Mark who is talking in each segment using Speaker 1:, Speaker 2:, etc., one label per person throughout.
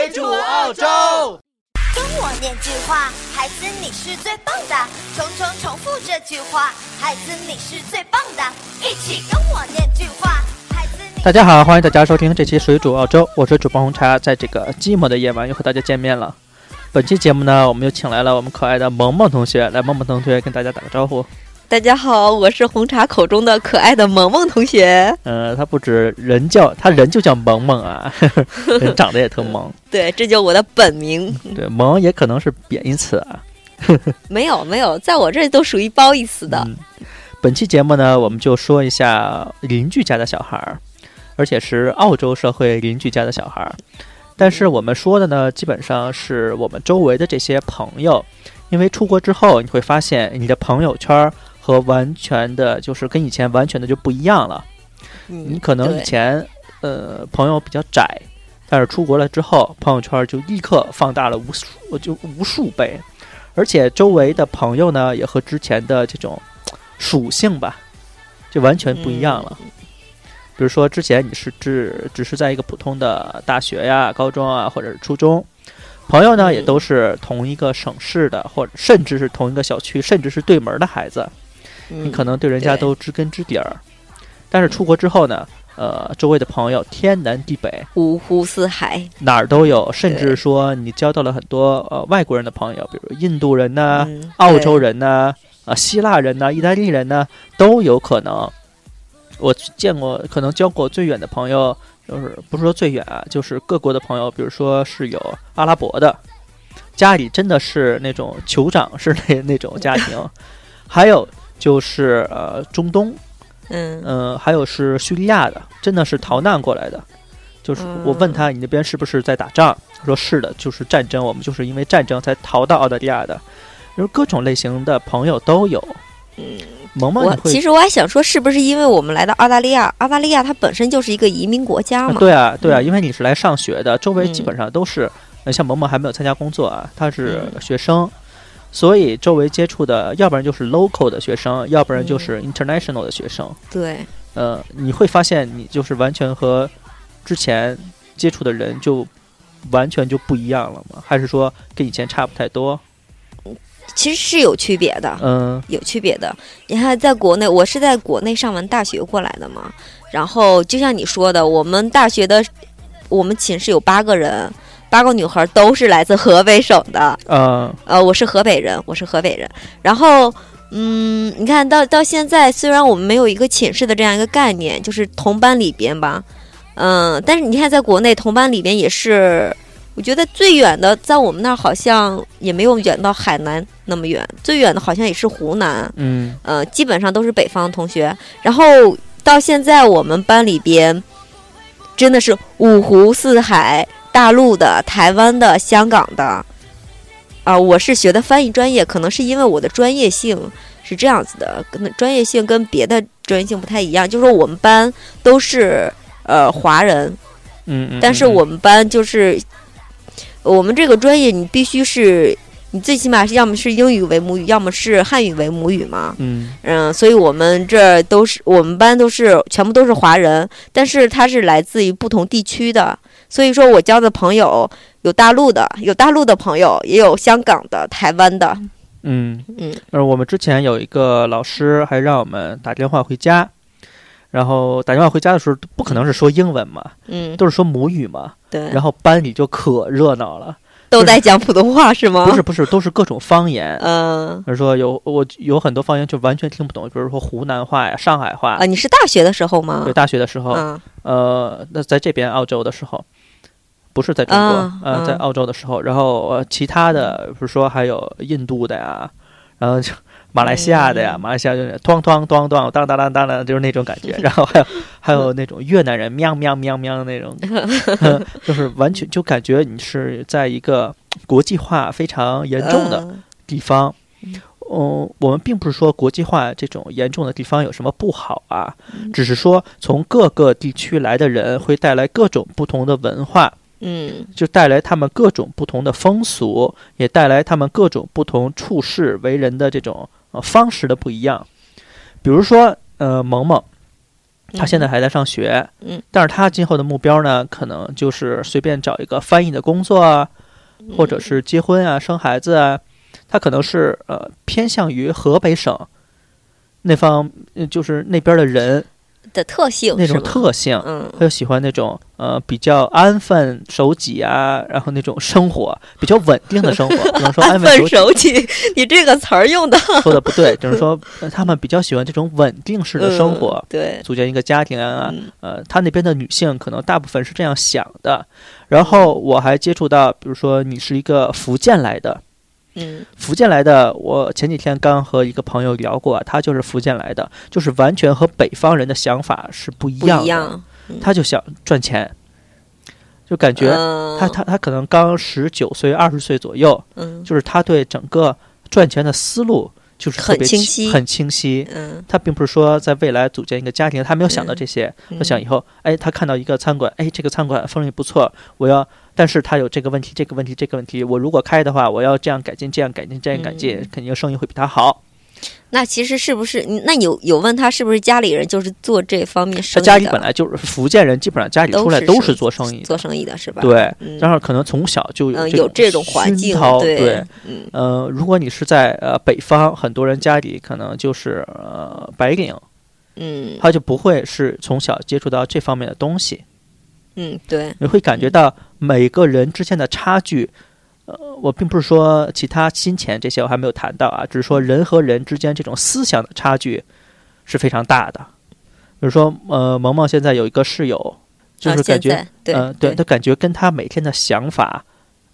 Speaker 1: 澳洲。
Speaker 2: 跟我念句话，孩子你是最棒的，重重重复这句话，孩子你是最棒的，一起跟我念句话，孩子你。
Speaker 3: 大家好，欢迎大家收听这期《水煮澳洲》，我是主播红茶，在这个寂寞的夜晚又和大家见面了。本期节目呢，我们又请来了我们可爱的萌萌同学，来，萌萌同学跟大家打个招呼。
Speaker 4: 大家好，我是红茶口中的可爱的萌萌同学。
Speaker 3: 嗯，他不止人叫他人就叫萌萌啊， 人长得也特萌。
Speaker 4: 对，这就我的本名。
Speaker 3: 对，萌也可能是贬义词啊。
Speaker 4: 没有没有，在我这都属于褒义词的。
Speaker 3: 嗯，本期节目呢，我们就说一下邻居家的小孩儿，而且是澳洲社会邻居家的小孩儿。但是我们说的呢，基本上是我们周围的这些朋友，因为出国之后，你会发现你的朋友圈儿和完全的，就是跟以前完全的就不一样了。
Speaker 4: 嗯
Speaker 3: 你可能以
Speaker 4: 对
Speaker 3: 前呃朋友比较窄，但是出国了之后，朋友圈就立刻放大了无数就无数倍，而且周围的朋友呢也和之前的这种属性吧，就完全不一样了。
Speaker 4: 嗯
Speaker 3: 比如说之前你是只只是在一个普通的大学呀、高中啊，或者是初中。朋友呢，也
Speaker 4: 嗯
Speaker 3: 都是同一个省市的，或者甚至是同一个小区，甚至是对门儿的孩子。
Speaker 4: 嗯
Speaker 3: 你可能对人家
Speaker 4: 对
Speaker 3: 都知根知底儿。但是出国之后呢，呃，周围的朋友天南地北
Speaker 4: 五湖四海。
Speaker 3: 哪儿都有，甚至
Speaker 4: 对
Speaker 3: 说你交到了很多呃外国人的朋友，比如印度人呐、
Speaker 4: 嗯
Speaker 3: 啊澳洲人呐、啊、希腊人呐、意大利人呐、都有可能。我见过，可能交过最远的朋友，就是不是说最远啊，就是各国的朋友，比如说是有阿拉伯的，家里真的是那种酋长式那那种家庭， 还有就是呃中东，
Speaker 4: 对嗯
Speaker 3: 嗯、还有是叙利亚的，真的是逃难过来的。就是
Speaker 4: 嗯
Speaker 3: 我问他，你那边是不是在打仗？他说是的，就是战争，我们就是因为战争才逃到澳大利亚的。就是各种类型的朋友都有。
Speaker 4: 嗯，
Speaker 3: 萌萌
Speaker 4: 我
Speaker 3: 你会
Speaker 4: 其实我还想说，是不是因为我们来到澳大利亚，澳大利亚它本身就是一个移民国家
Speaker 3: 啊
Speaker 4: 嘛？
Speaker 3: 对啊对啊，
Speaker 4: 嗯
Speaker 3: 因为你是来上学的，周围
Speaker 4: 嗯
Speaker 3: 基本上都是，呃像萌萌还没有参加工作啊，他是
Speaker 4: 嗯
Speaker 3: 学生。所以周围接触的，要不然就是 local 的学生，要不然就
Speaker 4: 嗯
Speaker 3: 是 international 的学生。
Speaker 4: 对
Speaker 3: 呃，你会发现你就是完全和之前接触的人就完全就不一样了吗？还是说跟以前差不太多？
Speaker 4: 其实是有区别的。
Speaker 3: 嗯
Speaker 4: 有区别的。你看，在国内，我是在国内上完大学过来的嘛。然后就像你说的，我们大学的，我们寝室有八个人，八个女孩都是来自河北省的。
Speaker 3: 呃
Speaker 4: 呃，我是河北人，我是河北人。然后，嗯，你看到到现在，虽然我们没有一个寝室的这样一个概念，就是同班里边吧，嗯，但是你看，在国内同班里边也是，我觉得最远的在我们那儿好像也没有远到海南那么远，最远的好像也是湖南，
Speaker 3: 嗯
Speaker 4: 呃，基本上都是北方同学。然后到现在我们班里边，真的是五湖四海，大陆的、台湾的、香港的，啊、我是学的翻译专业，可能是因为我的专业性是这样子的，跟专业性跟别的专业性不太一样，就是说我们班都是呃华人，
Speaker 3: 嗯嗯，
Speaker 4: 但是
Speaker 3: 嗯
Speaker 4: 我们班就是我们这个专业，你必须是。你最起码是要么是英语为母语，要么是汉语为母语嘛。
Speaker 3: 嗯
Speaker 4: 嗯，所以我们这都是我们班都是全部都是华人，但是他是来自于不同地区的，所以说我交的朋友有大陆的，有大陆的朋友，也有香港的、台湾的，
Speaker 3: 嗯
Speaker 4: 嗯，
Speaker 3: 呃，我们之前有一个老师还让我们打电话回家，然后打电话回家的时候不可能是说英文嘛，
Speaker 4: 嗯，
Speaker 3: 都是说母语嘛，
Speaker 4: 对，
Speaker 3: 然后班里就可热闹了，
Speaker 4: 都在讲普通话是吗？
Speaker 3: 不是，不是，都是各种方言。
Speaker 4: 嗯、
Speaker 3: 他说有我有很多方言就完全听不懂，比如说湖南话呀、上海话
Speaker 4: 啊，，你是大学的时候吗
Speaker 3: 对，？大学的时候，
Speaker 4: 嗯
Speaker 3: 呃，那在这边澳洲的时候，不是在中国，
Speaker 4: 啊
Speaker 3: 呃，在
Speaker 4: 啊
Speaker 3: 澳洲的时候，然后呃，其他的比如说还有印度的呀，然后就马来西亚的呀，
Speaker 4: 嗯
Speaker 3: 马来西亚就是咣咣咣咣当当当当当，就是那种感 觉，然后还有还有那种越南人喵喵喵喵那种， 就是完全就感觉你是在一个国际化非常严重的
Speaker 4: 嗯
Speaker 3: 地方。嗯，我们并不是说国际化这种严重的地方有什么不好啊，只是说从各个地区来的人会带来各种不同的文化，
Speaker 4: 嗯
Speaker 3: 就带来他们各种不同的风俗，也带来他们各种不同处事为人的这种呃方式的不一样。比如说，呃，萌萌，她现在还在上学，
Speaker 4: 嗯，
Speaker 3: 但是她今后的目标呢，可能就是随便找一个翻译的工作啊，
Speaker 4: 嗯
Speaker 3: 或者是结婚啊、生孩子啊，他可能是呃偏向于河北省那方，呃就是那边的人
Speaker 4: 嗯的特性
Speaker 3: 那
Speaker 4: 是
Speaker 3: 种
Speaker 4: 吗
Speaker 3: 特性，
Speaker 4: 嗯
Speaker 3: 他就喜欢那种呃比较安分守己啊，然后那种生活比较稳定的生活，比方说安分守
Speaker 4: 分
Speaker 3: 己
Speaker 4: 手起，你这个词儿用的
Speaker 3: 说的不对，就是说呃他们比较喜欢这种稳定式的生活
Speaker 4: 嗯，对，
Speaker 3: 组建一个家庭啊。
Speaker 4: 嗯
Speaker 3: 呃，他那边的女性可能大部分是这样想的。然后我还接触到，比如说你是一个福建来的，
Speaker 4: 嗯
Speaker 3: 福建来的，我前几天刚和一个朋友聊过啊，他就是福建来的，就是完全和北方人的想法是不一
Speaker 4: 不
Speaker 3: 样的。
Speaker 4: 一样，
Speaker 3: 他就想赚钱，就感觉
Speaker 4: 嗯
Speaker 3: 他、他他可能刚十九岁、二十岁左右，
Speaker 4: 嗯
Speaker 3: 就是他对整个赚钱的思路就是特
Speaker 4: 很
Speaker 3: 别
Speaker 4: 清
Speaker 3: 清
Speaker 4: 晰
Speaker 3: 很清晰。
Speaker 4: 嗯
Speaker 3: 他并不是说在未来组建一个家庭，他没有想到
Speaker 4: 嗯
Speaker 3: 这些。
Speaker 4: 嗯
Speaker 3: 我想以后，哎，他看到一个餐馆，哎，这个餐馆风味不错，我要，但是他有这个问题，这个问题，这个问题，我如果开的话，我要这样改进，这样改进，这样改进，
Speaker 4: 嗯
Speaker 3: 肯定生意会比他好。
Speaker 4: 那其实是不是？嗯那有有问他是不是家里人就是做这方面
Speaker 3: 他
Speaker 4: 生意
Speaker 3: 家里
Speaker 4: 的
Speaker 3: 本来就是福建人，基本上家里
Speaker 4: 都
Speaker 3: 出来
Speaker 4: 是
Speaker 3: 都
Speaker 4: 生
Speaker 3: 是做生意
Speaker 4: 做
Speaker 3: 的，
Speaker 4: 生意的是吧？，
Speaker 3: 对。
Speaker 4: 嗯
Speaker 3: 然后可能从小就
Speaker 4: 嗯，
Speaker 3: 有
Speaker 4: 有这种环
Speaker 3: 熏
Speaker 4: 境，
Speaker 3: 陶
Speaker 4: 对，嗯
Speaker 3: 呃，如果你是在呃北方，很多人家里可能就是呃白领，
Speaker 4: 嗯
Speaker 3: 他就不会是从小接触到这方面的东西。
Speaker 4: 嗯，对，
Speaker 3: 你会感觉到每个人之间的差距。呃，我并不是说其他金钱这些我还没有谈到啊，只是说人和人之间这种思想的差距是非常大的。比如说，呃，萌萌现在有一个室友，就
Speaker 4: 啊
Speaker 3: 是
Speaker 4: 现
Speaker 3: 感觉，
Speaker 4: 在对
Speaker 3: 呃，对，他感觉跟他每天的想法，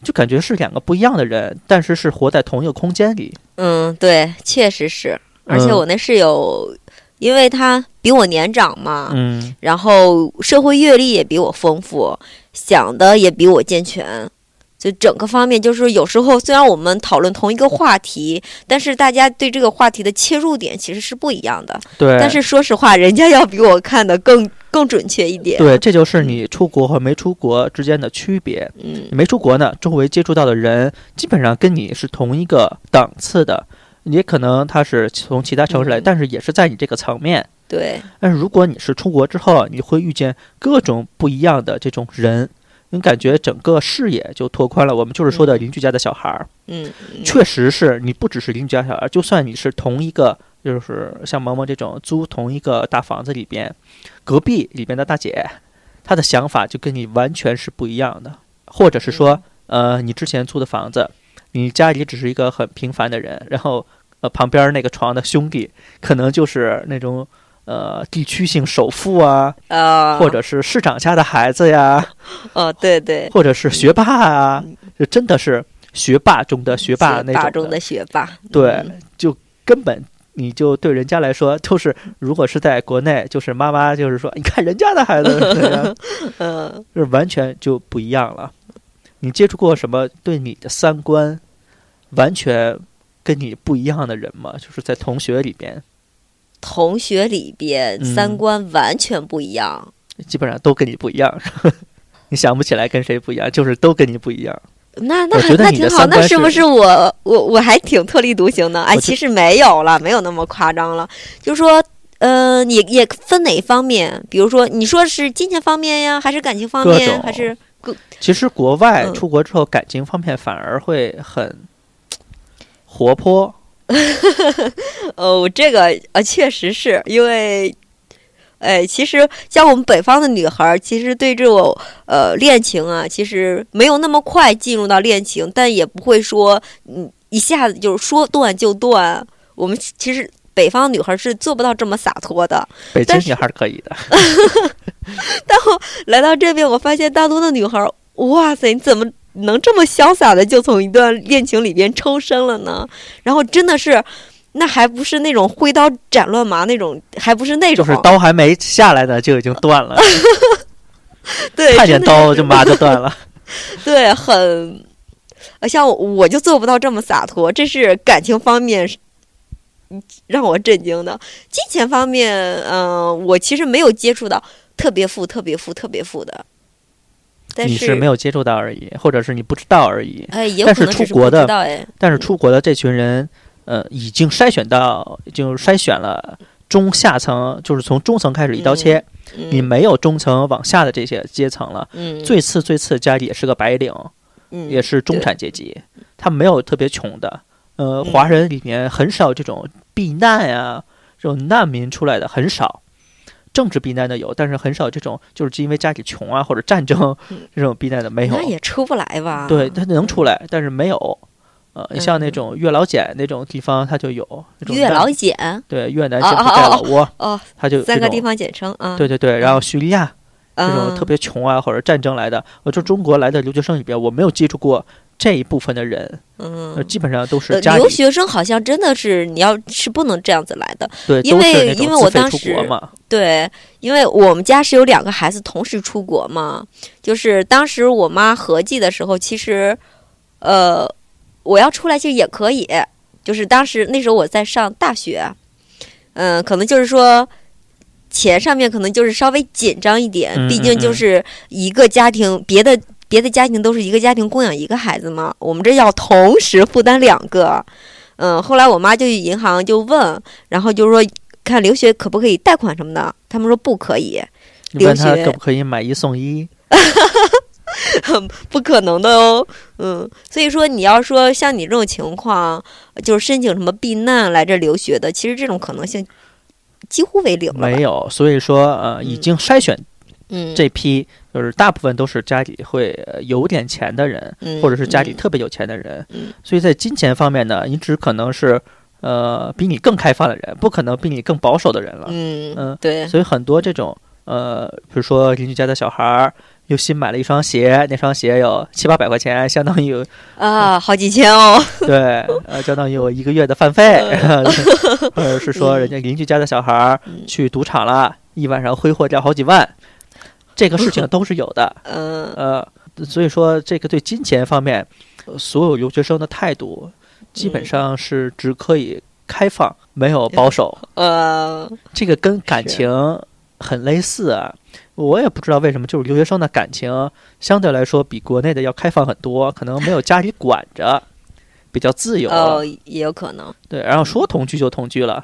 Speaker 3: 就感觉是两个不一样的人，但是是活在同一个空间里。
Speaker 4: 嗯，对，确实是。而且
Speaker 3: 嗯
Speaker 4: 我那室友，因为他比我年长嘛，
Speaker 3: 嗯
Speaker 4: 然后社会阅历也比我丰富，想的也比我健全，就整个方面就是有时候虽然我们讨论同一个话题，但是大家对这个话题的切入点其实是不一样的。
Speaker 3: 对，
Speaker 4: 但是说实话，人家要比我看的更更准确一点。
Speaker 3: 对，这就是你出国和没出国之间的区别。
Speaker 4: 嗯
Speaker 3: 你没出国呢，周围接触到的人基本上跟你是同一个档次的，也可能他是从其他城市来，
Speaker 4: 嗯
Speaker 3: 但是也是在你这个层面。
Speaker 4: 对，
Speaker 3: 但是如果你是出国之后，你会遇见各种不一样的这种人，你感觉整个视野就拓宽了。我们就是说的邻居家的小孩儿，
Speaker 4: 嗯，嗯
Speaker 3: 确实是你不只是邻居家小孩儿，就算你是同一个，就是像萌萌这种租同一个大房子里边，隔壁里边的大姐，她的想法就跟你完全是不一样的，或者是说，呃，你之前租的房子，你家里只是一个很平凡的人，然后呃旁边那个床的兄弟可能就是那种。呃，地区性首富啊，
Speaker 4: 呃，
Speaker 3: 或者是市长家的孩子呀，
Speaker 4: 哦，对对，
Speaker 3: 或者是学霸啊，就真的是学霸中的学霸那种的
Speaker 4: 中的学霸，
Speaker 3: 对
Speaker 4: 嗯，
Speaker 3: 就根本你就对人家来说，就是如果是在国内，就是妈妈就是说，你看人家的孩 子，对呀
Speaker 4: 嗯
Speaker 3: 就是完全就不一样了。你接触过什么对你的三观完全跟你不一样的人吗？就是在同学里边，
Speaker 4: 同学里边
Speaker 3: 嗯
Speaker 4: 三观完全不一样。
Speaker 3: 基本上都跟你不一样。 你想不起来跟谁不一样，就是都跟你不一样。
Speaker 4: 那那
Speaker 3: 我
Speaker 4: 还
Speaker 3: 觉得
Speaker 4: 那
Speaker 3: 你的
Speaker 4: 挺好，
Speaker 3: 三
Speaker 4: 那
Speaker 3: 观
Speaker 4: 是不
Speaker 3: 是
Speaker 4: 是我我我还挺特立独行的？哎，
Speaker 3: 我觉
Speaker 4: 其实没有了，没有那么夸张了。就说，呃，你也分哪方面？比如说，你说是金钱方面呀，还是感情方
Speaker 3: 各
Speaker 4: 面，
Speaker 3: 种
Speaker 4: 还是
Speaker 3: 其实国外
Speaker 4: 嗯
Speaker 3: 出国之后，感情方面反而会很活泼，
Speaker 4: 哦，这个呃，确实是因为，哎，其实像我们北方的女孩儿，其实对这种呃恋情啊，其实没有那么快进入到恋情，但也不会说嗯一下子就是说断就断。我们其实北方女孩儿是做不到这么洒脱的，
Speaker 3: 北京
Speaker 4: 但是
Speaker 3: 女孩儿可以的。
Speaker 4: 但我来到这边，我发现大多的女孩儿，哇塞，你怎么能这么潇洒的就从一段恋情里边抽身了呢？然后真的是，那还不是那种挥刀斩乱麻那种，还不是那
Speaker 3: 就
Speaker 4: 种，
Speaker 3: 是刀还没下来呢，就已经断了，
Speaker 4: 对，
Speaker 3: 看见
Speaker 4: 真的
Speaker 3: 刀就麻就断了。
Speaker 4: 是对，很，呃像我就做不到这么洒脱，这是感情方面。让我震惊的，金钱方面，嗯、我其实没有接触到特别富、特别富、特别富的， 但
Speaker 3: 你是没有接触到而已，或者是你不知道而已。
Speaker 4: 哎，也有
Speaker 3: 但
Speaker 4: 可
Speaker 3: 是
Speaker 4: 能
Speaker 3: 出
Speaker 4: 只是
Speaker 3: 国
Speaker 4: 不
Speaker 3: 的
Speaker 4: 知道哎，
Speaker 3: 但是出国的这群人，呃，已经筛选到，就是筛选了中下层，就是从中层开始一刀切，
Speaker 4: 嗯
Speaker 3: 你没有中层往下的这些阶层了。
Speaker 4: 嗯
Speaker 3: 最次最次家里也是个白领，
Speaker 4: 嗯，
Speaker 3: 也是中产阶级，他没有特别穷的。
Speaker 4: 嗯
Speaker 3: 呃，华人里面很少这种避难啊，这种难民出来的很少。政治避难的有，但是很少这种就是因为家里穷啊或者战争
Speaker 4: 嗯
Speaker 3: 这种避难的没有。
Speaker 4: 那也啊出不来吧？
Speaker 3: 对，他能出来，但是没有。呃，你像那种月老简那种地方，它就有那种
Speaker 4: 嗯月
Speaker 3: 难
Speaker 4: 老简
Speaker 3: 对越南
Speaker 4: 哦
Speaker 3: 柬埔
Speaker 4: 哦
Speaker 3: 寨、
Speaker 4: 哦
Speaker 3: 老挝，
Speaker 4: 哦，
Speaker 3: 它就有
Speaker 4: 三
Speaker 3: 这
Speaker 4: 个
Speaker 3: 种
Speaker 4: 地方简称啊，
Speaker 3: 对对对，然后叙利亚
Speaker 4: 嗯，
Speaker 3: 这种特别穷啊或者战争来的，我就中国来的留学生里边，我没有接触过这一部分的人，呃
Speaker 4: 嗯。
Speaker 3: 基本上都是
Speaker 4: 呃，
Speaker 3: 家里
Speaker 4: 留学生好像真的是你要是不能这样子来的，
Speaker 3: 对，
Speaker 4: 因
Speaker 3: 都是
Speaker 4: 为
Speaker 3: 那种
Speaker 4: 因为
Speaker 3: 自
Speaker 4: 我
Speaker 3: 费
Speaker 4: 当
Speaker 3: 出国
Speaker 4: 时
Speaker 3: 嘛，
Speaker 4: 对，因为我们家是有两个孩子同时出国嘛，就是当时我妈合计的时候，其实，呃，我要出来其实也可以，就是当时那时候我在上大学，嗯、可能就是说。钱上面可能就是稍微紧张一点，
Speaker 3: 嗯
Speaker 4: 毕
Speaker 3: 嗯
Speaker 4: 竟就
Speaker 3: 嗯
Speaker 4: 是一个家庭，别的别的家庭都是一个家庭供养一个孩子嘛，我们这要同时负担两个。嗯，后来我妈就去银行就问，然后就说看留学可不可以贷款什么的，他们说不可以，
Speaker 3: 你问
Speaker 4: 留
Speaker 3: 他
Speaker 4: 学
Speaker 3: 可不可以买一送一，
Speaker 4: 不可能的哦。嗯，所以说你要说像你这种情况，就是申请什么避难来这留学的，其实这种可能性几乎为零了吧。
Speaker 3: 没有，所以说呃，已
Speaker 4: 嗯
Speaker 3: 经筛选
Speaker 4: 嗯，
Speaker 3: 这批，就是大部分都是家里会呃有点钱的人，
Speaker 4: 嗯
Speaker 3: 或者是家里
Speaker 4: 嗯
Speaker 3: 特别有钱的人，
Speaker 4: 嗯
Speaker 3: 所以在金钱方面呢，你只可能是呃比你更开放的人，不可能比你更保守的人了。
Speaker 4: 嗯
Speaker 3: 嗯
Speaker 4: 对，
Speaker 3: 所以很多这种呃，比如说邻居家的小孩儿又新买了一双鞋，那双鞋有七八百块钱，相当于有
Speaker 4: 啊，好几千哦。
Speaker 3: 对呃，相当于我一个月的饭费， 或者是说
Speaker 4: 嗯
Speaker 3: 人家邻居家的小孩儿
Speaker 4: 嗯
Speaker 3: 去赌场了，一晚上挥霍掉好几万，这个事情都是有的。
Speaker 4: 嗯、
Speaker 3: 呃，所以说这个对金钱方面，呃所有留学生的态度基本
Speaker 4: 嗯
Speaker 3: 上是只可以开放，没有保守。
Speaker 4: 呃，
Speaker 3: 这个跟感
Speaker 4: 是
Speaker 3: 情很类似啊。我也不知道为什么，就是留学生的感情相对来说比国内的要开放很多，可能没有家里管着，比较自由。
Speaker 4: 哦，也有可能。
Speaker 3: 对，然后说同居就同居了，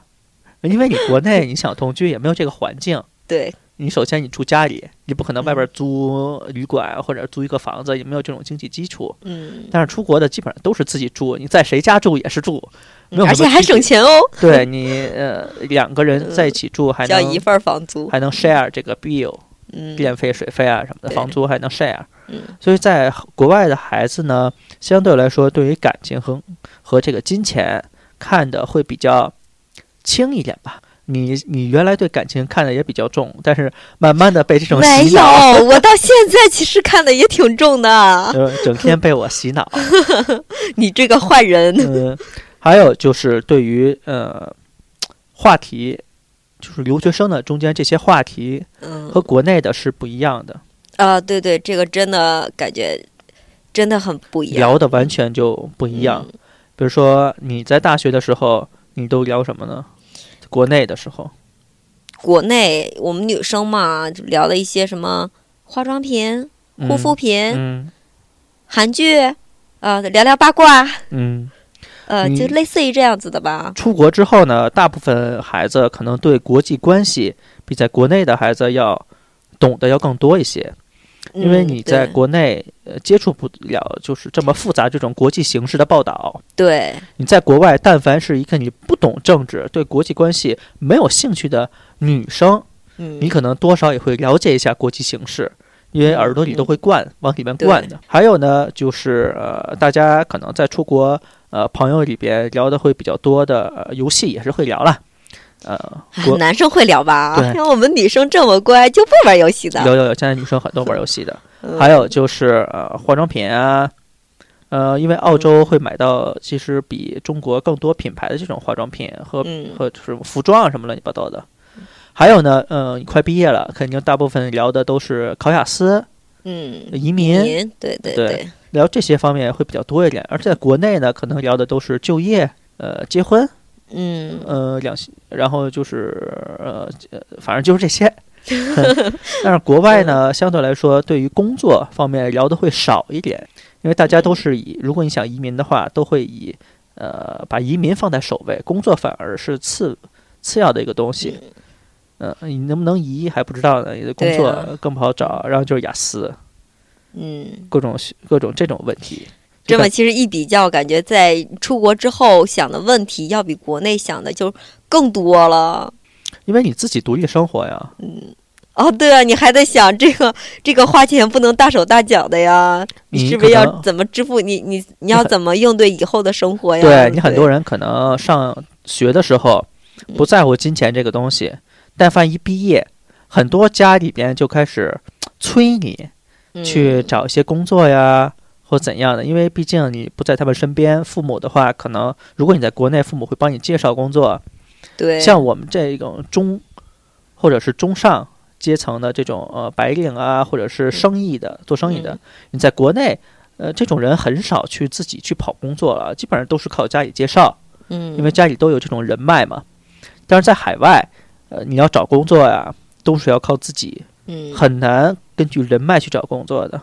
Speaker 3: 因为你国内你想同居也没有这个环境。
Speaker 4: 对，
Speaker 3: 你首先你住家里，你不可能外
Speaker 4: 嗯
Speaker 3: 边租旅馆或者租一个房子，也没有这种经济基础。
Speaker 4: 嗯，
Speaker 3: 但是出国的基本上都是自己住，你在谁家住也是住，没有
Speaker 4: 嗯而
Speaker 3: 什
Speaker 4: 且
Speaker 3: 么
Speaker 4: 还
Speaker 3: 区别
Speaker 4: 省。钱哦，
Speaker 3: 对你呃两个人在一起住还
Speaker 4: 交
Speaker 3: 能
Speaker 4: 一份儿房租。
Speaker 3: 还能 share 这个 bill
Speaker 4: 嗯，
Speaker 3: 电费、水费啊什么的，
Speaker 4: 对
Speaker 3: 房租还能 share。
Speaker 4: 嗯
Speaker 3: 所以在国外的孩子呢，相对来说对于感情和和这个金钱看的会比较轻一点吧。你你原来对感情看的也比较重，但是慢慢的被这种
Speaker 4: 没
Speaker 3: 洗
Speaker 4: 有
Speaker 3: 脑，，
Speaker 4: 我到现在其实看的也挺重的。啊
Speaker 3: 就是呃整天被我洗 脑。
Speaker 4: 你这个坏人，
Speaker 3: 嗯，还有就是对于呃话题，就是留学生的中间这些话题
Speaker 4: 嗯
Speaker 3: 和国内的是不一样的，
Speaker 4: 啊，对对，这个真的感觉真的很不一样，
Speaker 3: 聊的完全就不一样。
Speaker 4: 嗯
Speaker 3: 比如说你在大学的时候，你都聊什么呢？国内的时候，
Speaker 4: 国内我们女生嘛，就聊了一些什么化妆品、
Speaker 3: 嗯
Speaker 4: 护肤品、
Speaker 3: 嗯
Speaker 4: 韩剧，啊，聊聊八卦，
Speaker 3: 嗯，
Speaker 4: 呃，就
Speaker 3: 嗯
Speaker 4: 类似于这样子的吧。
Speaker 3: 出国之后呢，大部分孩子可能对国际关系比在国内的孩子要懂得要更多一些，因为
Speaker 4: 嗯
Speaker 3: 你在
Speaker 4: 对
Speaker 3: 国内呃接触不了就是这么复杂这种国际形势的报道。
Speaker 4: 对
Speaker 3: 你在国外，但凡是一个你不懂政治、对国际关系没有兴趣的女生，
Speaker 4: 嗯，
Speaker 3: 你可能多少也会了解一下国际形势，因为耳
Speaker 4: 嗯
Speaker 3: 朵里都会灌，往里面灌的。还有呢，就是呃，大家可能在出国呃朋友里边聊的会比较多的、呃游戏也是会聊了，呃，
Speaker 4: 哎
Speaker 3: 国
Speaker 4: 男生会聊吧
Speaker 3: 对？
Speaker 4: 像我们女生这么乖，就不玩游戏的。
Speaker 3: 有有有，现在女生很多玩游戏的，
Speaker 4: 嗯
Speaker 3: 还有就是呃化妆品啊。呃，因为澳洲会买到其实比中国更多品牌的这种化妆品和
Speaker 4: 嗯
Speaker 3: 和就是服装啊什么乱七八糟的。还有呢，嗯、你快毕业了，肯定大部分聊的都是考雅思、
Speaker 4: 嗯，
Speaker 3: 移民，
Speaker 4: 您对对
Speaker 3: 对
Speaker 4: 对，
Speaker 3: 聊这些方面会比较多一点。而在国内呢，可能聊的都是就业、呃、结婚、
Speaker 4: 嗯
Speaker 3: 呃、两性，然后就是呃，呃反正就是这 些。但是国外呢，相对来说，对于工作方面聊的会少一点，因为大家都是以，如果你想移民的话，都会以呃把移民放在首位，工作反而是次次要的一个东西。呃嗯、你能不能移还不知道呢，你的工
Speaker 4: 对啊
Speaker 3: 作更不好找。然后就是雅思，
Speaker 4: 嗯，
Speaker 3: 各种各种这种问题。
Speaker 4: 这
Speaker 3: 么
Speaker 4: 么其实一比较，感觉在出国之后想的问题要比国内想的就更多了。
Speaker 3: 因为你自己独立生活呀，
Speaker 4: 哦，对啊，你还在想这个这个花钱不能大手大脚的呀，
Speaker 3: 你
Speaker 4: 是不
Speaker 3: 嗯可
Speaker 4: 是要
Speaker 3: 能
Speaker 4: 怎么支付？你 你你要怎么应对以后的生哎活呀？
Speaker 3: 对你很多
Speaker 4: 人
Speaker 3: 人可能上学的时候不在乎金钱这个东西，但凡一毕业，很多家里边就开始催你
Speaker 4: 嗯
Speaker 3: 去找一些工作呀。或怎样的？因为毕竟你不在他们身边，父母的话，可能如果你在国内，父母会帮你介绍工作。
Speaker 4: 对
Speaker 3: 像我们这种中或者是中上阶层的这种呃白领啊，或者是生意的做生意的
Speaker 4: 嗯，
Speaker 3: 你在国内呃这种人很少去自己去跑工作了，基本上都是靠家里介绍，
Speaker 4: 嗯，
Speaker 3: 因为家里都有这种人脉嘛。但是在海外，呃，你要找工作呀，都是要靠自己，
Speaker 4: 嗯
Speaker 3: 很难根据人脉去找工作的。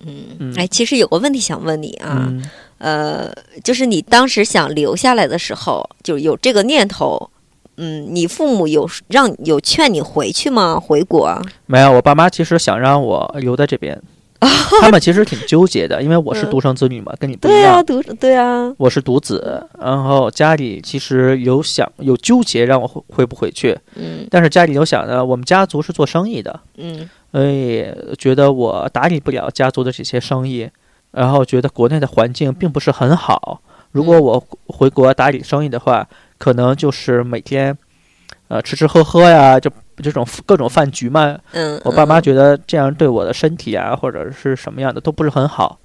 Speaker 4: 嗯
Speaker 3: 嗯
Speaker 4: 哎，其实有个问题想问你啊，
Speaker 3: 嗯，
Speaker 4: 呃，就是你当时想留下来的时候，就有这个念头。嗯，你父母有让有劝你回去吗？回国？啊
Speaker 3: 没有，我爸妈其实想让我留在这 边，他们其实挺纠结的，因为我是
Speaker 4: 嗯
Speaker 3: 独生子女嘛，跟你不一
Speaker 4: 对
Speaker 3: 样
Speaker 4: 啊，。读对啊，
Speaker 3: 我是独子，然后家里其实有想有纠结让我回回不回去，
Speaker 4: 嗯
Speaker 3: 但是家里有想呢，我们家族是做生意的，
Speaker 4: 嗯
Speaker 3: 所以觉得我打理不了家族的这些生意，然后觉得国内的环境并不是很好，如果我回国打理生意的话，可能就是每天，呃吃吃喝喝呀，就这种各种饭局嘛，
Speaker 4: 嗯，
Speaker 3: 我爸妈
Speaker 4: 嗯
Speaker 3: 觉得这样对我的身体啊，或者是什么样的都不是很好，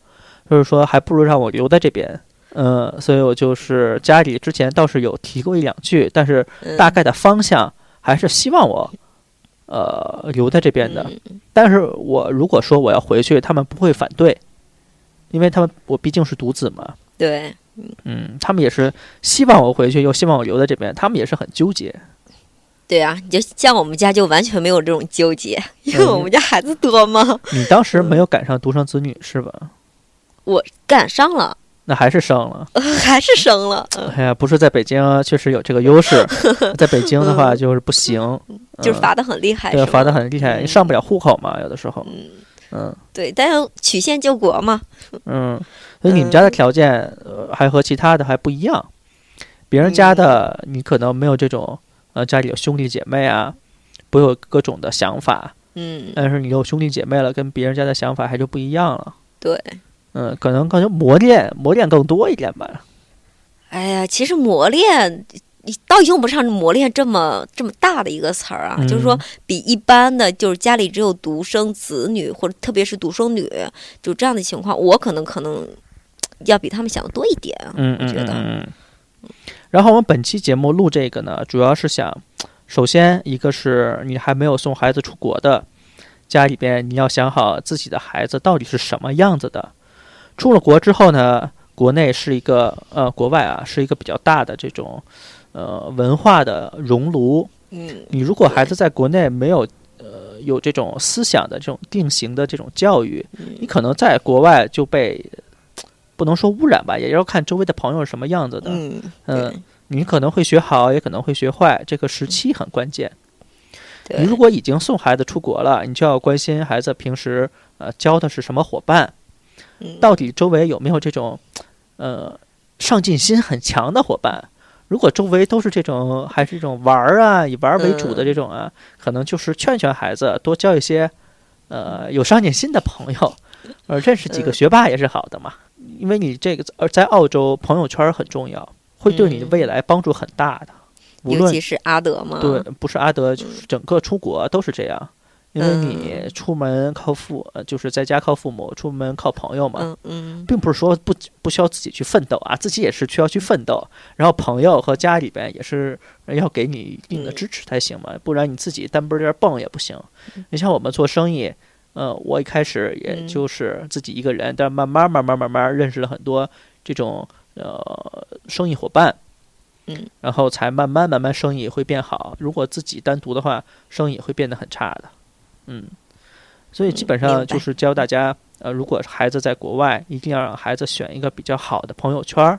Speaker 3: 就是说还不如让我留在这边。嗯，所以我就是家里之前倒是有提过一两句，但是
Speaker 4: 嗯
Speaker 3: 大概的方向还是希望我，呃，留在这边的。
Speaker 4: 嗯
Speaker 3: 但是我如果说我要回去，他们不会反对，因为他们我毕竟是独子嘛，
Speaker 4: 对，
Speaker 3: 嗯，他们也是希望我回去，又希望我留在这边，他们也是很纠结。
Speaker 4: 对啊，你就像我们家就完全没有这种纠结，因为我们家孩子多嘛，
Speaker 3: 你当时没有赶上独生子女是吧？
Speaker 4: 我赶上了，
Speaker 3: 那还是生了。
Speaker 4: 还是生了， 嗯
Speaker 3: 哎呀，不是在北京确实有这个优 势，在北京的话就是不行，
Speaker 4: 嗯就
Speaker 3: 嗯
Speaker 4: 是罚的很厉害，
Speaker 3: 对
Speaker 4: 是吧
Speaker 3: 罚的很厉害，
Speaker 4: 嗯
Speaker 3: 你上不了户口嘛，有的时候，
Speaker 4: 嗯，
Speaker 3: 嗯
Speaker 4: 对，但是曲线救国嘛，
Speaker 3: 嗯，所以你们家的条件呃还和其他的还不一样，别人家的
Speaker 4: 嗯
Speaker 3: 你可能没有这种呃家里有兄弟姐妹啊，不会有各种的想法，
Speaker 4: 嗯，
Speaker 3: 但是你有兄弟姐妹了，跟别人家的想法还就不一样了，
Speaker 4: 对，
Speaker 3: 嗯，可能可能磨练磨练更多一点吧，
Speaker 4: 哎呀，其实磨练。你倒用不上“磨练”这么这么大的一个词儿啊，就是说
Speaker 3: 嗯，
Speaker 4: 比一般的就是家里只有独生子女或者特别是独生女就这样的情况，我可能可能要比他们想的多一点。
Speaker 3: 嗯嗯
Speaker 4: 觉得
Speaker 3: 嗯嗯然后我们本期节目录这个呢，主要是想，首先一个是你还没有送孩子出国的，家里边你要想好自己的孩子到底是什么样子的。出了国之后呢，国内是一个呃，国外啊是一个比较大的这种呃文化的熔炉。
Speaker 4: 嗯
Speaker 3: 你如果孩子在国内没有呃有这种思想的这种定型的这种教育，
Speaker 4: 嗯
Speaker 3: 你可能在国外就被不能说污染吧，也要看周围的朋友是什么样子的。
Speaker 4: 嗯
Speaker 3: 嗯，你可能会学好，也可能会学坏，这个时期很关键。
Speaker 4: 对，
Speaker 3: 你如果已经送孩子出国了，你就要关心孩子平时呃交的是什么伙伴，
Speaker 4: 嗯
Speaker 3: 到底周围有没有这种呃上进心很强的伙伴。如果周围都是这种还是这种玩儿啊，以玩儿为
Speaker 4: 嗯
Speaker 3: 主的这种啊，可能就是劝劝孩子多交一些呃有上进心的朋友，呃认识几个
Speaker 4: 嗯
Speaker 3: 学霸也是好的嘛。因为你这个而在澳洲朋友圈儿很重要，会对你
Speaker 4: 嗯
Speaker 3: 未来帮助很大的。无
Speaker 4: 尤
Speaker 3: 论
Speaker 4: 其是阿德嘛，
Speaker 3: 对，不是阿德，就是整个出国都是这样，因为你出门靠父，呃就是在家靠父母，出门靠朋友嘛，
Speaker 4: 嗯嗯
Speaker 3: 并不是说不不需要自己去奋斗啊，自己也是需要去奋斗，然后朋友和家里边也是呃要给你一定的
Speaker 4: 嗯
Speaker 3: 支持才行嘛，不然你自己单蹦儿在这儿蹦也不行。你像我们做生意。呃，我一开始也
Speaker 4: 嗯
Speaker 3: 就是自己一个人，但慢慢慢慢慢慢认识了很多这种呃生意伙伴，
Speaker 4: 嗯，
Speaker 3: 然后才慢慢慢慢生意会变好。如果自己单独的话，生意会变得很差的，嗯。所以基本
Speaker 4: 嗯
Speaker 3: 上
Speaker 4: 明白
Speaker 3: 就是教大家，呃，如果孩子在国外，一定要让孩子选一个比较好的朋友圈儿，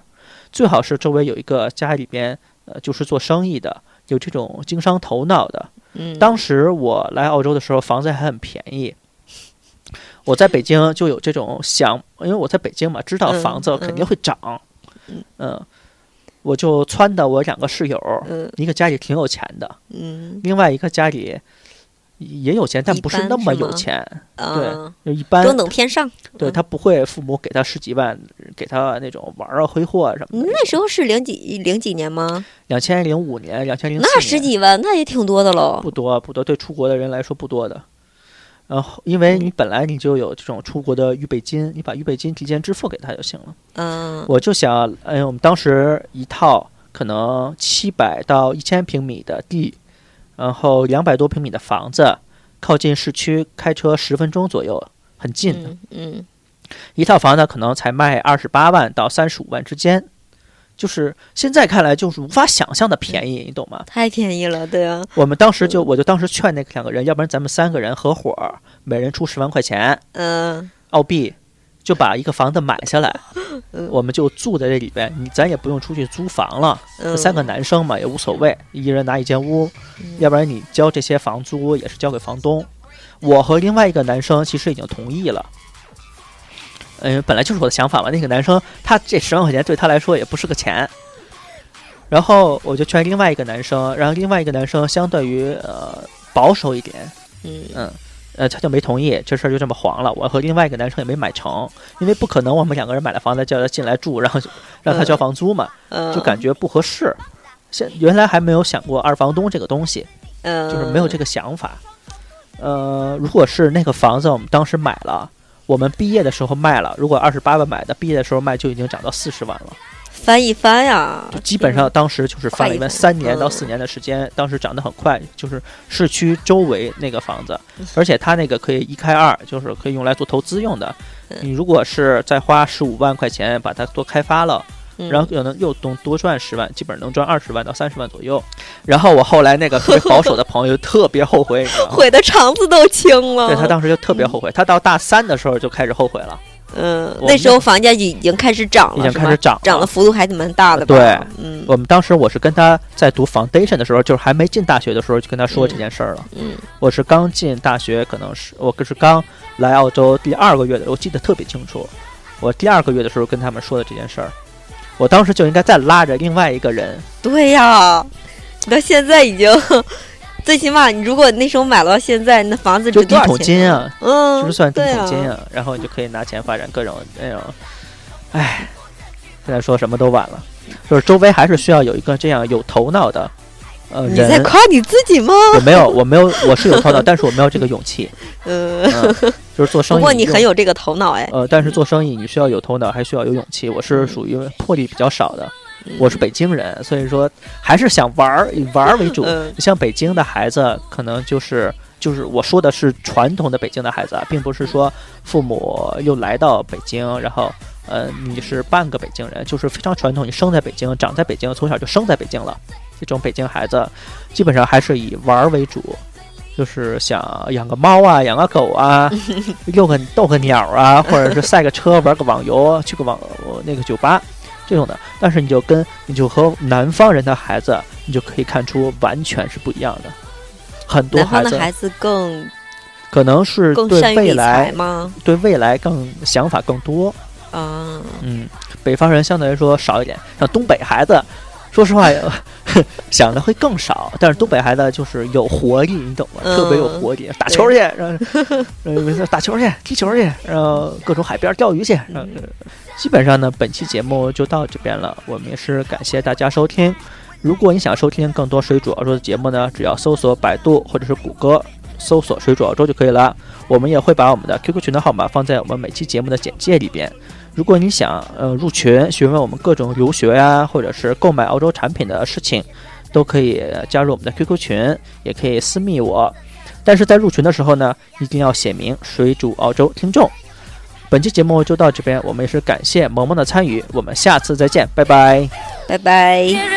Speaker 3: 最好是周围有一个家里边，呃，就是做生意的，有这种经商头脑的，
Speaker 4: 嗯，
Speaker 3: 当时我来澳洲的时候，房子还很便宜。我在北京就有这种想，因为我在北京嘛，知道
Speaker 4: 嗯
Speaker 3: 房子肯定会涨，
Speaker 4: 嗯
Speaker 3: 嗯我就撺掇我两个室友，
Speaker 4: 嗯
Speaker 3: 一个家里挺有钱的，
Speaker 4: 嗯，
Speaker 3: 另外一个家里也有钱，但不是那么有钱，
Speaker 4: 啊，
Speaker 3: 就一般
Speaker 4: 中等偏上。
Speaker 3: 对
Speaker 4: 嗯
Speaker 3: 他不会，父母给他十几万，给他那种玩儿啊、挥霍啊什么
Speaker 4: 你
Speaker 3: 的。
Speaker 4: 那时候是零几零几年吗？
Speaker 3: 两千零五年、两千零
Speaker 4: 那十几万，那也挺多的喽。
Speaker 3: 不多不多，对出国的人来说不多的。然后，因
Speaker 4: 嗯
Speaker 3: 为你本来你就有这种出国的预备金，你把预备金提前支付给他就行了。
Speaker 4: 嗯
Speaker 3: 我就想，哎呀，我们当时一套可能七百到一千平米的地，然后两百多平米的房子，靠近市区，开车十分钟左右，很近的。
Speaker 4: 嗯嗯
Speaker 3: 一套房呢，可能才卖二十八万到三十五万之间，就是现在看来就是无法想象的便宜，你懂吗？
Speaker 4: 太便宜了，对啊，
Speaker 3: 我们当时就，我就当时劝那两个人，要不然咱们三个人合伙儿，每人出十万块钱
Speaker 4: 嗯
Speaker 3: 澳币，就把一个房子买下来，我们就住在这里边，你咱也不用出去租房了。
Speaker 4: 嗯，
Speaker 3: 呃三个男生嘛也无所谓，一人拿一间屋
Speaker 4: 嗯，
Speaker 3: 要不然你交这些房租也是交给房东。我和另外一个男生其实已经同意了，嗯、本来就是我的想法嘛。那个男生他这十万块钱对他来说也不是个钱，然后我就劝另外一个男生，然后另外一个男生相对于呃保守一点，
Speaker 4: 嗯
Speaker 3: 呃，他就没同意，这事儿就这么黄了。我和另外一个男生也没买成，因为不可能我们两个人买了房再叫他进来住，然后就让他交房租嘛。
Speaker 4: 嗯，
Speaker 3: 就感觉不合适。现原来还没有想过二房东这个东西，
Speaker 4: 嗯
Speaker 3: 就是没有这个想法。呃，如果是那个房子我们当时买了，我们毕业的时候卖了，如果二十八万买的，毕业的时候卖就已经涨到四十万了，
Speaker 4: 翻一翻呀，
Speaker 3: 基本上当时就是翻了一
Speaker 4: 快
Speaker 3: 番
Speaker 4: 一倍
Speaker 3: 三年到
Speaker 4: 嗯
Speaker 3: 四年的时间，当时涨得很快，就是市区周围那个房子，
Speaker 4: 嗯
Speaker 3: 而且它那个可以一开二，就是可以用来做投资用的。
Speaker 4: 嗯
Speaker 3: 你如果是再花十五万块钱把它多开发了，
Speaker 4: 嗯
Speaker 3: 然后可能又能多赚十万，基本上能赚二十万到三十万左右。然后我后来那个特别保守的朋友特别后悔，你知道吗？
Speaker 4: 悔的肠子都青了。
Speaker 3: 对他当时就特别后悔，他到大三的时候就开始后悔了，
Speaker 4: 嗯，
Speaker 3: 我
Speaker 4: 那时候房价已经开始涨了，
Speaker 3: 已经
Speaker 4: 哦是
Speaker 3: 开
Speaker 4: 吗
Speaker 3: 始涨
Speaker 4: 涨
Speaker 3: 了
Speaker 4: 的。幅度还蛮大的吧？
Speaker 3: 对，
Speaker 4: 嗯
Speaker 3: 我们当时我是跟他在读 foundation 的时候，就是还没进大学的时候，就跟他说
Speaker 4: 嗯
Speaker 3: 这件事儿了。
Speaker 4: 嗯
Speaker 3: 我是刚进大学，可能是我可是刚来澳洲第二个月的，我记得特别清楚。我第二个月的时候跟他们说的这件事儿，我当时就应该再拉着另外一个人，
Speaker 4: 对呀，你到现在已经，最起码你如果那时候买到现在，那房子
Speaker 3: 就
Speaker 4: 值
Speaker 3: 第
Speaker 4: 多
Speaker 3: 一
Speaker 4: 少
Speaker 3: 桶
Speaker 4: 钱？
Speaker 3: 金啊，
Speaker 4: 嗯，
Speaker 3: 就是算定
Speaker 4: 对
Speaker 3: 桶金
Speaker 4: 啊，
Speaker 3: 啊，然后你就可以拿钱发展各种那种，唉，现在说什么都晚了，就是周围还是需要有一个这样有头脑的，呃，
Speaker 4: 你在
Speaker 3: 人。
Speaker 4: 夸你自己吗？
Speaker 3: 我没有，我没有，我是有头脑，但是我没有这个勇气。
Speaker 4: 嗯，
Speaker 3: 嗯，就是做生
Speaker 4: 不
Speaker 3: 意，
Speaker 4: 过你很。有这个头脑哎。
Speaker 3: 呃，但是做生意你需要有头脑，还需要有勇气。我是属于魄力比较少的，
Speaker 4: 嗯
Speaker 3: 我是北京人，所以说还是想玩儿，以玩儿为主。
Speaker 4: 嗯
Speaker 3: 像北京的孩子，可能就是就是我说的是传统的北京的孩子，啊，并不是说父母又来到北京，然后呃你是半个北京人，就是非常传统，你生在北京，长在北京，从小就生在北京了。这种北京孩子，基本上还是以玩儿为主，就是想养个猫啊，养个狗 啊，遛个逗个鸟啊，或者是赛个车，玩个网游，去个网那个酒吧。这种的，但是你就跟你就和南方人的孩子，你就可以看出完全是不一样的。很多
Speaker 4: 南方
Speaker 3: 孩子
Speaker 4: 的孩子更
Speaker 3: 可能是
Speaker 4: 更
Speaker 3: 对
Speaker 4: 善于
Speaker 3: 未
Speaker 4: 理财
Speaker 3: 来
Speaker 4: 吗？
Speaker 3: 对未来更想法更多，
Speaker 4: 啊，
Speaker 3: 嗯，北方人相对来说少一点。像东北孩子，说实话， 想的会更少。但是东北孩子就是有活力，你懂吗？
Speaker 4: 嗯
Speaker 3: 特别有活力，打球去，然后呃没事打球去，踢球去，然后各种海边钓鱼去。然后基本上呢，本期节目就到这边了，我们也是感谢大家收听。如果你想收听更多水煮澳洲的节目呢，只要搜索百度或者是谷歌搜索“水煮澳洲”就可以了。我们也会把我们的 QQ 群的号码放在我们每期节目的简介里边。如果你想呃入群询问我们各种留学呀、或者是购买澳洲产品的事情，都可以呃加入我们的 QQ 群，也可以私密我。但是在入群的时候呢，一定要写明“水煮澳洲听众”。本期节目就到这边，我们也是感谢萌萌的参与，我们下次再见，拜拜。
Speaker 4: 拜拜。
Speaker 2: 别